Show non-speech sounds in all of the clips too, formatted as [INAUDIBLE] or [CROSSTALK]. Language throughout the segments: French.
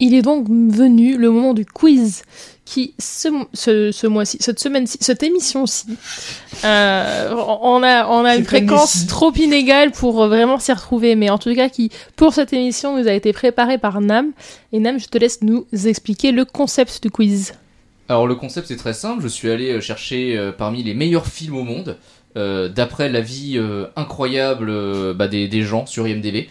Il est donc venu le moment du quiz qui, ce, ce, ce mois-ci, cette semaine-ci, cette émission-ci, euh, on a, on a une fréquence trop inégale pour euh, vraiment s'y retrouver, mais en tout cas qui, pour cette émission, nous a été préparée par Nam. Et Nam, je te laisse nous expliquer le concept du quiz. Alors le concept c'est très simple, je suis allé chercher euh, parmi les meilleurs films au monde, euh, d'après l'avis euh, incroyable euh, bah, des, des gens sur IMDB.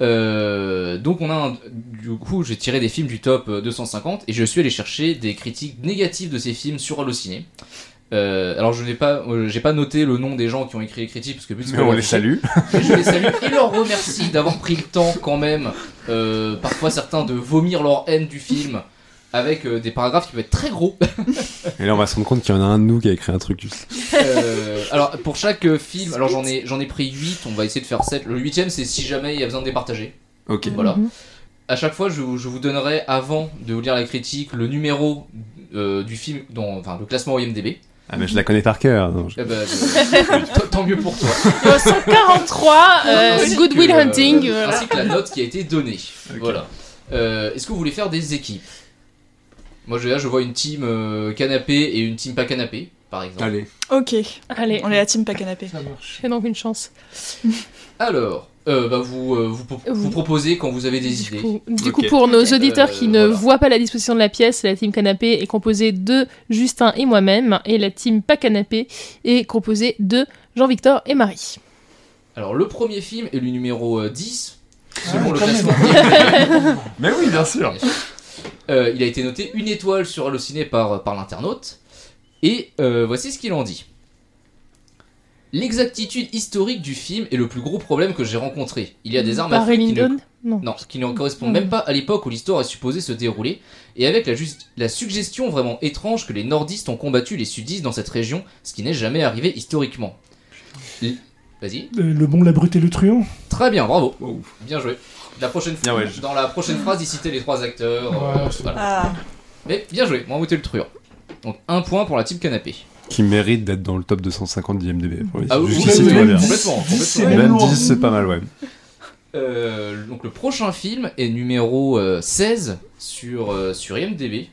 Euh, donc on a un- du coup j'ai tiré des films du top euh, 250 et je suis allé chercher des critiques négatives de ces films sur Allociné. Euh, alors je n'ai pas euh, j'ai pas noté le nom des gens qui ont écrit les critiques parce que le but, c'est Mais pas de on les l'afficher. salue. Mais je les salue et leur remercie d'avoir pris le temps quand même, euh, parfois certains de vomir leur haine du film avec euh, des paragraphes qui peuvent être très gros. Et là, on va se rendre compte qu'il y en a un de nous qui a écrit un truc juste. Euh, alors pour chaque euh, film, alors j'en ai j'en ai pris 8, on va essayer de faire 7. Le huitième c'est si jamais il y a besoin de départager. Ok. Voilà. Mhm. À chaque fois, je, vous- je vous donnerai avant de vous lire la critique le numéro euh, du film, dans, enfin le classement IMDb. Ah, mais je la connais par cœur. non, je- Eh ben, euh, [LAUGHS] t- tant mieux pour toi. Mm-hmm. [LAUGHS] 143, euh, Ainsi Good que, Will euh, Hunting. voilà. Ainsi que la note qui a été donnée. Voilà. Euh, Est-ce que vous voulez faire des équipes Moi, je, là, je vois une team euh, canapé et une team pas canapé, par exemple. Allez. Ok, Allez, on est la team pas canapé. j'ai donc une chance. Alors, euh, bah, vous, euh, vous, pro- Vous- vous proposez quand vous avez des Du idées. coup, du Ok. coup, pour nos auditeurs Euh, qui ne voilà. voient pas la disposition de la pièce, la team canapé est composée de Justin et moi-même, et la team pas canapé est composée de Jean-Victor et Marie. Alors, le premier film est le numéro euh, 10, selon le quand même. classement. Ah, [LAUGHS] Mais oui, bien sûr. Euh, il a été noté une étoile sur Allociné par, par l'internaute. Et euh, voici ce qu'il en dit. L'exactitude historique du film est le plus gros problème que j'ai rencontré. Il y a des armes à Par feu qui ne, Ellington Non. non, qui ne correspondent même pas à l'époque où l'histoire est supposée se dérouler, et avec la, jus- la suggestion vraiment étrange que les nordistes ont combattu les sudistes dans cette région, ce qui n'est jamais arrivé historiquement. L- Vas-y. Euh, Le bon, la brute et le truand. Très bien, bravo. Wow. Bien joué. La prochaine Bien, ouais, je- Dans la prochaine phrase, il citait les trois acteurs. euh, Ouais, voilà. Ah, Mais bien joué, moi le truand. Donc un point pour la team canapé. Qui mérite d'être dans le top 250 d'IMDb. Oui, Ah oui, jusqu'ici, oui, tout va oui. bien. complètement. Dix, c'est complètement. Même lourd. 10, c'est pas mal, ouais. Euh, donc le prochain film est numéro euh, 16 sur, euh, sur IMDB.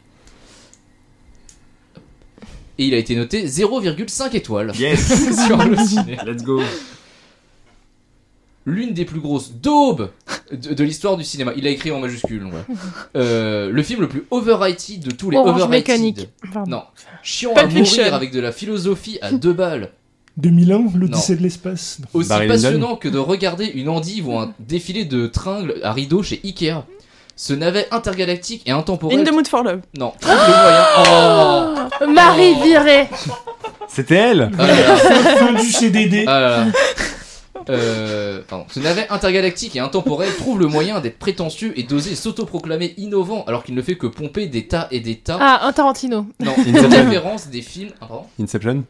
Et il a été noté 0,5 étoiles Yes [LAUGHS] sur le ciné. Let's go L'une des plus grosses daubes de, de l'histoire du cinéma. Il a écrit en majuscule. donc [LAUGHS] voilà. Euh, le film le plus overrated de tous les Orange overrated. Mécanique. Pardon. Non. Chiant Pulp à mourir Fiction. avec de la philosophie à deux balles. 2001, l'Odyssée de l'espace. Non. Aussi [LAUGHS] Barry Lyndon. passionnant que de regarder une endive ou un défilé de tringles à rideaux chez Ikea. Ce navet intergalactique et intemporel. in the mood for love. Non, trouve le moyen. Oh Ah Euh, Marie virée C'était elle [LAUGHS] Ah là là, Fin du CDD. ah [LAUGHS] là là. Euh, pardon. Ce navet intergalactique et intemporel trouve le moyen d'être prétentieux et d'oser s'autoproclamer innovant alors qu'il ne fait que pomper des tas et des tas. Ah, un Tarantino. Non, Inception. une référence des films. ah, pardon. Inception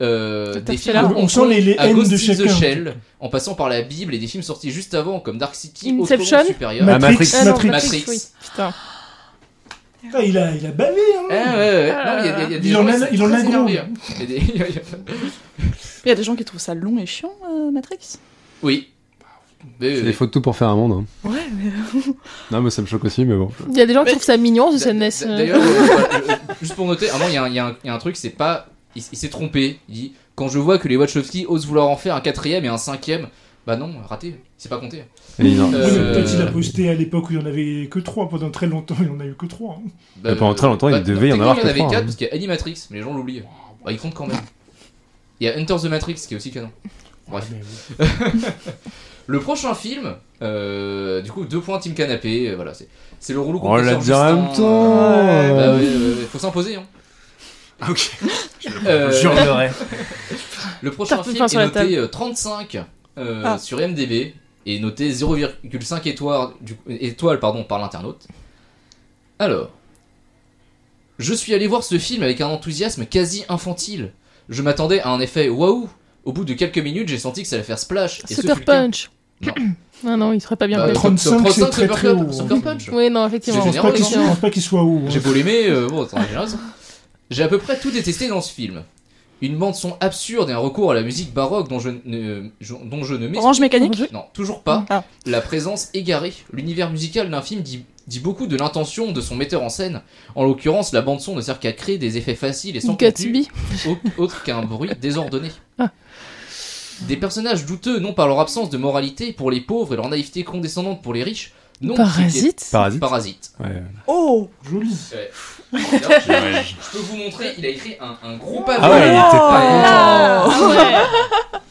Euh, Interstellar. des films de On Hong sent Kong les- les à haines Ghost de in the chacun. Shell, en passant par la Bible et des films sortis juste avant comme Dark City, Inception. Autrement supérieur. Ma- Matrix, Matrix. Ah non, Matrix. Matrix. oui. Putain. Ah, il a, il a bavé, hein. Eh, ouais, ouais. Non, il y a- il y a des Il gens en qui a- sont il en a très gros. énervés, hein. Il y a des- [LAUGHS] il y a- il y a- Il y a des gens qui trouvent ça long et chiant, euh, Matrix. Oui. Mais, euh, Il faut de tout pour faire un monde. hein. Ouais, mais euh, Non, mais ça me choque aussi, mais bon. Il y a des gens qui Mais- trouvent ça mignon, ce d'a- SNS. d'a- D'ailleurs, euh, voilà, je- juste pour noter, ah non, il y, a un- il y a un- il y a un truc, c'est pas. Il, il s'est trompé. Il dit Quand je vois que les Wachowski osent vouloir en faire un quatrième et un cinquième, bah non, raté, c'est pas compté. Et il en- Oui, Euh, mais Peut-être il a posté à l'époque où il n'y en avait que 3. Pendant très longtemps, il n'y en a eu que hein. 3. Bah, pendant très longtemps, il devait y en techniquement, Il y en avoir que avait trois, 4 hein. parce qu'il y a Animatrix, mais les gens l'oublient. Bah, il compte quand même. Il y a Enter the Matrix qui est aussi canon. Bref. [LAUGHS] Le prochain film, euh, du coup, deux points Team Canapé, euh, voilà, c'est c'est le rouleau On Oh, l'a compresseur dit en Justin, même temps euh, bah, euh, ouais, ouais, ouais, Faut s'imposer, hein. Ah, Ok. Euh, J'enverrai. le prochain Tape film fin sur est la table. noté euh, 35 euh, Ah. sur MDB et noté 0,5 étoiles, du- étoiles, pardon, par l'internaute. Alors, je suis allé voir ce film avec un enthousiasme quasi infantile. Je m'attendais à un effet waouh. Au bout de quelques minutes, j'ai senti que ça allait faire splash. Et ce fut Super le cas. Punch. Non. [CLEARS THROAT] Ah non, il serait pas bien. Bah, connu. Top- top 35, c'est 35, très, Super très Club, haut, Super hein. Punch. Oui, non, Je effectivement. C'est pense généreux, pas qu'il soit- hein. je pense pas qu'il soit haut. hein. J'ai beau l'aimer, euh, bon, c'est en général, ça. J'ai à peu près tout détesté dans ce film. Une bande son absurde et un recours à la musique baroque dont je ne, je- dont je ne m'explique Orange mécanique Non, toujours pas. Ah. La présence égarée, l'univers musical d'un film dit dit beaucoup de l'intention de son metteur en scène. En l'occurrence, la bande-son ne sert qu'à créer des effets faciles et sans contenu, Gatsby. au- autre [LAUGHS] qu'un bruit désordonné. Ah. Des personnages douteux, non par leur absence de moralité pour les pauvres et leur naïveté condescendante pour les riches, non Parasite. Parasite. [LAUGHS] Parasite. Ouais. Oh Joli. Ouais. Alors, je, je peux vous montrer, il a écrit un, un gros pavé. Ah ouais, il était Ah, pas ah Oh.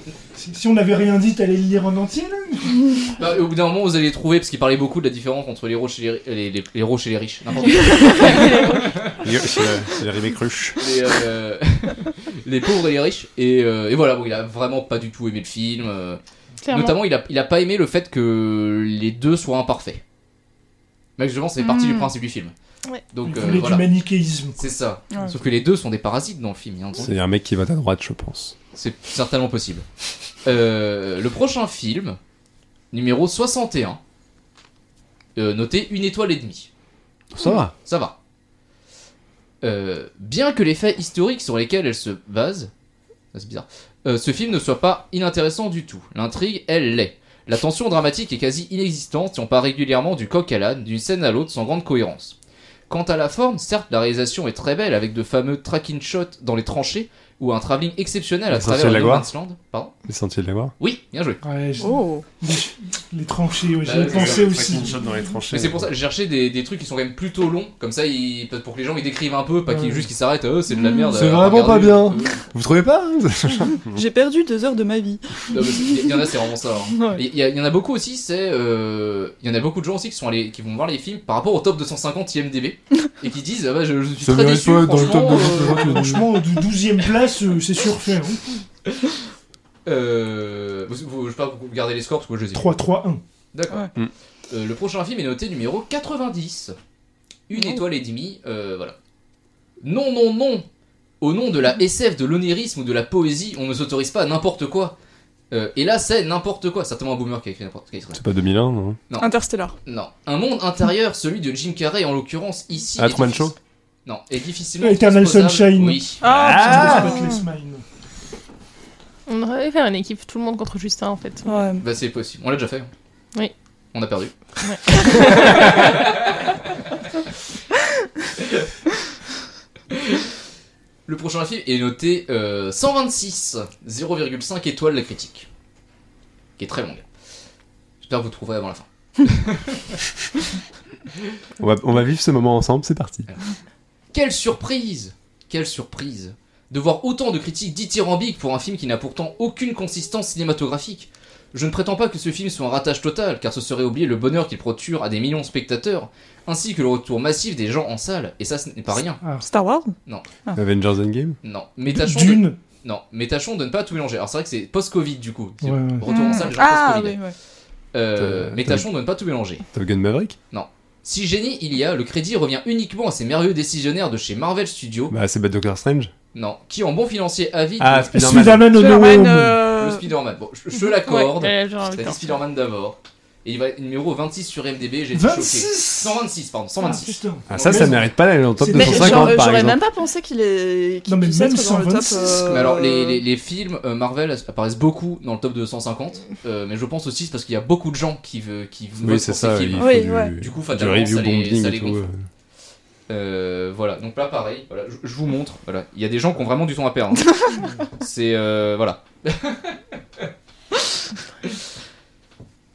ouais. Si, si on n'avait rien dit, t'allais le lire en entier, là Bah, au bout d'un moment, vous allez le trouver parce qu'il parlait beaucoup de la différence entre les roches et les, ri- les, les- les roches et les riches. N'importe quoi. C'est l'arrivée cruche. les, euh, [LAUGHS] les pauvres et les riches. Et, euh, et voilà, bon, il a vraiment pas du tout aimé le film. euh. Clairement. notamment, il a, il a pas aimé le fait que les deux soient imparfaits. Mais justement, c'est partie Mm. du principe du film. Ouais. Donc Il euh, voulait voilà, du manichéisme. c'est ça. Ouais. Sauf que les deux sont des parasites dans le film. il y a un truc. C'est un mec qui va à droite, je pense. C'est certainement possible. Euh, le prochain film, numéro 61, euh, noté une étoile et demie. Ça va. Ça va. Euh, bien que les faits historiques sur lesquels elle se base, Ah, c'est bizarre, euh, ce film ne soit pas inintéressant du tout. L'intrigue, elle l'est. La tension dramatique est quasi inexistante si on part régulièrement du coq à l'âne, d'une scène à l'autre sans grande cohérence. Quant à la forme, certes, la réalisation est très belle avec de fameux tracking shots dans les tranchées ou un travelling exceptionnel à Les travers Sentiers le de la No Gloire. Man's Land. Pardon Les sentiers de la gloire. Oui, bien joué. Ouais, je- Oh les, les tranchées, ouais, Bah, j'y ai ouais, pensé aussi. dans les tranchées. Mais c'est pour ça, j'ai cherché des, des trucs qui sont quand même plutôt longs, comme ça, ils- pour que les gens ils décrivent un peu, pas qu'ils Ouais. juste qu'ils s'arrêtent, euh, c'est de la merde. Mmh. C'est euh, vraiment pas regardez, bien. euh, Vous trouvez pas hein Mhm. J'ai perdu deux heures de ma vie. Euh, Non, mais c'est- Il y en a, c'est vraiment ça. hein. Ouais. Et Il y, a- il y en a beaucoup aussi, c'est. euh, Il y en a beaucoup de gens aussi qui, sont allés, qui vont voir les films par rapport au top 250 IMDB et qui disent ah bah, je, je suis Ça très mérite déçu. pas dans le franchement, top euh, 250. Franchement, du 12 e place, euh, c'est surfait. [LAUGHS] hein. euh, vous- vous- je sais pas, vous gardez les scores parce que moi, je les ai. 3-3-1. D'accord. Ouais. Mm. Euh, le prochain film est noté numéro 90. Une Oh. étoile et demie, euh, voilà. Non, non, non Au nom de la SF, de l'onirisme ou de la poésie, on ne s'autorise pas à n'importe quoi. Euh, et là, c'est n'importe quoi. Certainement un boomer qui a écrit n'importe quoi. C'est pas 2001, non Non. Interstellar. Non. Un monde intérieur, celui de Jim Carrey en l'occurrence ici. Ah, est Truman difficile- Show Non, est difficilement. Eternal transposable. Sunshine. Oui. Ah, putain. Spotless Mind. On devrait faire une équipe tout le monde contre Justin en fait. Ouais. Bah, c'est possible. On l'a déjà fait. hein. Euh, Oui. On a perdu. Ouais. Le prochain film est noté euh, 126, 0,5 étoiles la critique. Qui est très longue. J'espère que vous trouverez avant la fin. on va, on va vivre ce moment ensemble, c'est parti. Quelle surprise Quelle surprise De voir autant de critiques dithyrambiques pour un film qui n'a pourtant aucune consistance cinématographique. Je ne prétends pas que ce film soit un ratage total, car ce serait oublier le bonheur qu'il procure à des millions de spectateurs, ainsi que le retour massif des gens en salle, et ça ce n'est pas rien. Star Wars Ah. Avengers Endgame Non, mais tâchons, de... Dune. non. mais tâchons de ne pas tout mélanger. Alors c'est vrai que c'est post-Covid du coup. C'est Ouais, ouais. Retour en salle, Hmm. genre Ah, post-Covid. oui, ouais. Euh, T'as- mais t'as- tâchons de ne pas tout mélanger. Top Gun Maverick Si génie il y a, le crédit revient uniquement à ces merveilleux décisionnaires de chez Marvel Studios, Bah, c'est pas Doctor Strange non, qui en bon financier avide Ah, Spider-Man. Spider-Man au Spider-Man, Noël. euh, Le Spider-Man. Bon, je, je te l'accorde. Ouais, genre T'as avec dit un- Spider-man d'abord. Et il va être numéro 26 sur MDB, j'ai été choqué. 26 126, pardon, 126. putain. Ah, ça, ça mérite pas d'aller dans le top C'est- Mais 250 euh, j'aurais par j'aurais exemple. même pas pensé qu'il est qu'il Non, mais puisse même être dans le top. 126. euh, Mais alors, les, les- les films euh, Marvel apparaissent beaucoup dans le top 250, euh, mais je pense aussi c'est parce qu'il y a beaucoup de gens qui, veulent, qui votent Oui, pour c'est ces ça. films. oui. il faut Oui, du- ouais. du, Du coup, fatalement, review ça les, bombing ça et les tout. gonfle. euh. Euh, voilà, donc là, pareil, voilà, je, je vous montre. Voilà, il y a des gens qui ont vraiment du temps à perdre. hein. C'est euh, voilà. [LAUGHS]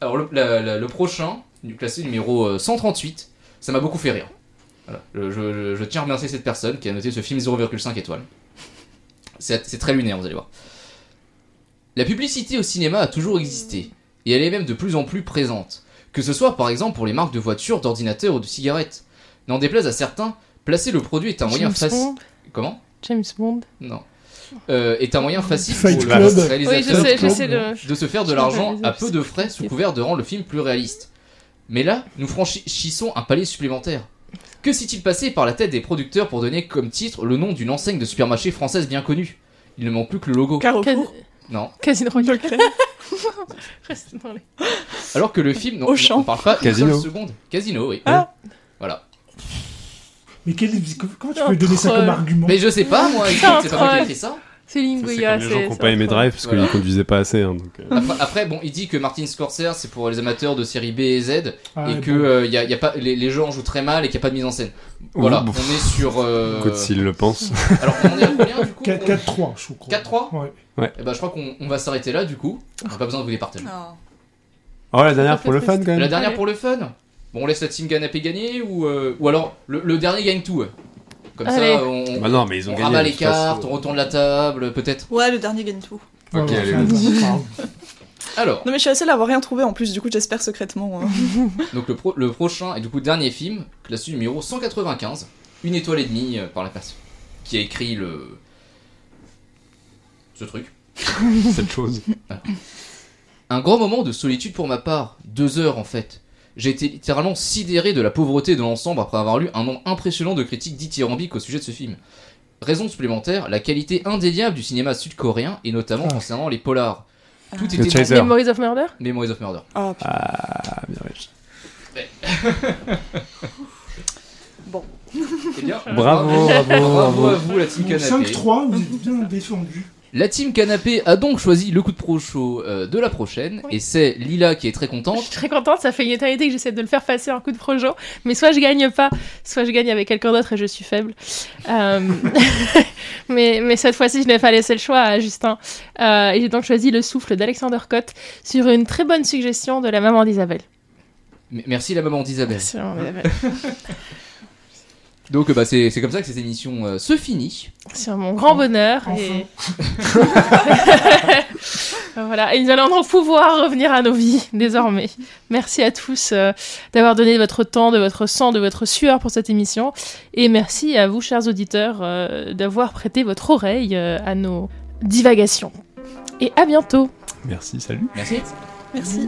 Alors le, la- la- le prochain, du classé numéro euh, 138, ça m'a beaucoup fait rire. Voilà, je, je- je tiens à remercier cette personne qui a noté ce film 0,5 étoiles. C'est c'est très lunaire, vous allez voir. La publicité au cinéma a toujours existé, et elle est même de plus en plus présente. Que ce soit par exemple pour les marques de voitures, d'ordinateurs ou de cigarettes. N'en déplaise à certains, placer le produit est un moyen James facile. Bond. Comment James Bond. Non. Euh, est un moyen facile Fight pour Club. le Oui, je réalisateur sais, Club. j'essaie de. de se faire de Je l'argent réalise à aussi. peu de frais sous couvert de rendre le film plus réaliste. Mais là, nous franchissons un palier supplémentaire. Que s'est-il passé par la tête des producteurs pour donner comme titre le nom d'une enseigne de supermarché française bien connue Il ne manque plus que le logo. Carrefour, Non. Casino [LAUGHS] Royale. [LAUGHS] Dunkerque. Reste dans les- Alors que le film, non, Auchan. on parle pas Casino. une seule seconde. Casino, oui. Ah. Voilà. Mais quel- comment tu Un peux donner ça troll. comme argument Mais je sais pas, moi, Putain, c'est pas moi qui ai troll. écrit ça. Feeling Ça, C'est Goya, comme les gens qui n'ont pas aimé incroyable. Drive parce qu'ils Voilà. conduisaient pas assez. hein, donc, euh, Après, après, bon, il dit que Martin Scorsese, c'est pour les amateurs de série B et Z, Ah, et bon. que euh, y a, y a pas, les, les jeux en jouent très mal et qu'il n'y a pas de mise en scène. Voilà, Ouh, on est sur. euh, Écoute, s'ils le pensent. Alors, on est à combien du coup 4- 4-3, je crois. 4-3 Ouais. Eh ben, je crois qu'on on va s'arrêter là du coup. On a pas besoin de vous les partager. Oh, la dernière pour le fun Ah, quand La même. dernière Allez. pour le fun Bon, on laisse la team Canapé gagner ou, euh, ou alors le, le dernier gagne tout euh. Comme Allez. ça, on, Bah non, mais ils on ont rabat gagné. les de toute façon. cartes, on retourne la table, peut-être. Ouais, le dernier gagne tout. Ouais, Ok, ouais, allez, ouais, vas-y. pardon. Alors, Non mais je suis assez là à avoir rien trouvé en plus, du coup j'espère secrètement. hein. Mhm. donc le, pro- le prochain et du coup dernier film, classé numéro 195, une étoile et demie euh, par la personne qui a écrit le. ce truc. Cette chose. Un grand moment de solitude pour ma part, deux heures en fait. J'ai été littéralement sidéré de la pauvreté de l'ensemble après avoir lu un nombre impressionnant de critiques dithyrambiques au sujet de ce film. Raison supplémentaire, la qualité indéniable du cinéma sud-coréen et notamment Ah. concernant les polars. Tout Ah. était Le dans chaser. Memories of Murder Memories of Murder. Ah, putain. Ah, bien riche. bon. Eh bien, Bravo, bravo, bravo à bravo. vous la team Donc, canapé. 5-3, vous êtes bien défendu. La team canapé a donc choisi le coup de pro show euh, de la prochaine Oui. et c'est Lila qui est très Je suis contente. très contente, ça fait une éternité que j'essaie de le faire passer un coup de projo, mais soit je gagne pas, soit je gagne avec quelqu'un d'autre et je suis faible. Euh, [LAUGHS] mais, mais cette fois-ci, je n'ai pas laissé le choix à Justin. Euh, et j'ai donc choisi le souffle d'Alexander Cotte sur une très bonne suggestion de la maman d'Isabelle. M- merci la maman d'Isabelle. Merci, maman d'Isabelle. Donc euh, bah, c'est c'est comme ça que cette émission euh, se finit. sur mon grand bonheur. Et... euh, voilà, et nous allons pouvoir revenir à nos vies [LAUGHS] désormais. Merci à tous euh, d'avoir donné de votre temps, de votre sang, de votre sueur pour cette émission. Et merci à vous, chers auditeurs, euh, d'avoir prêté votre oreille euh, à nos divagations. Et à bientôt Merci, salut. Merci. Merci.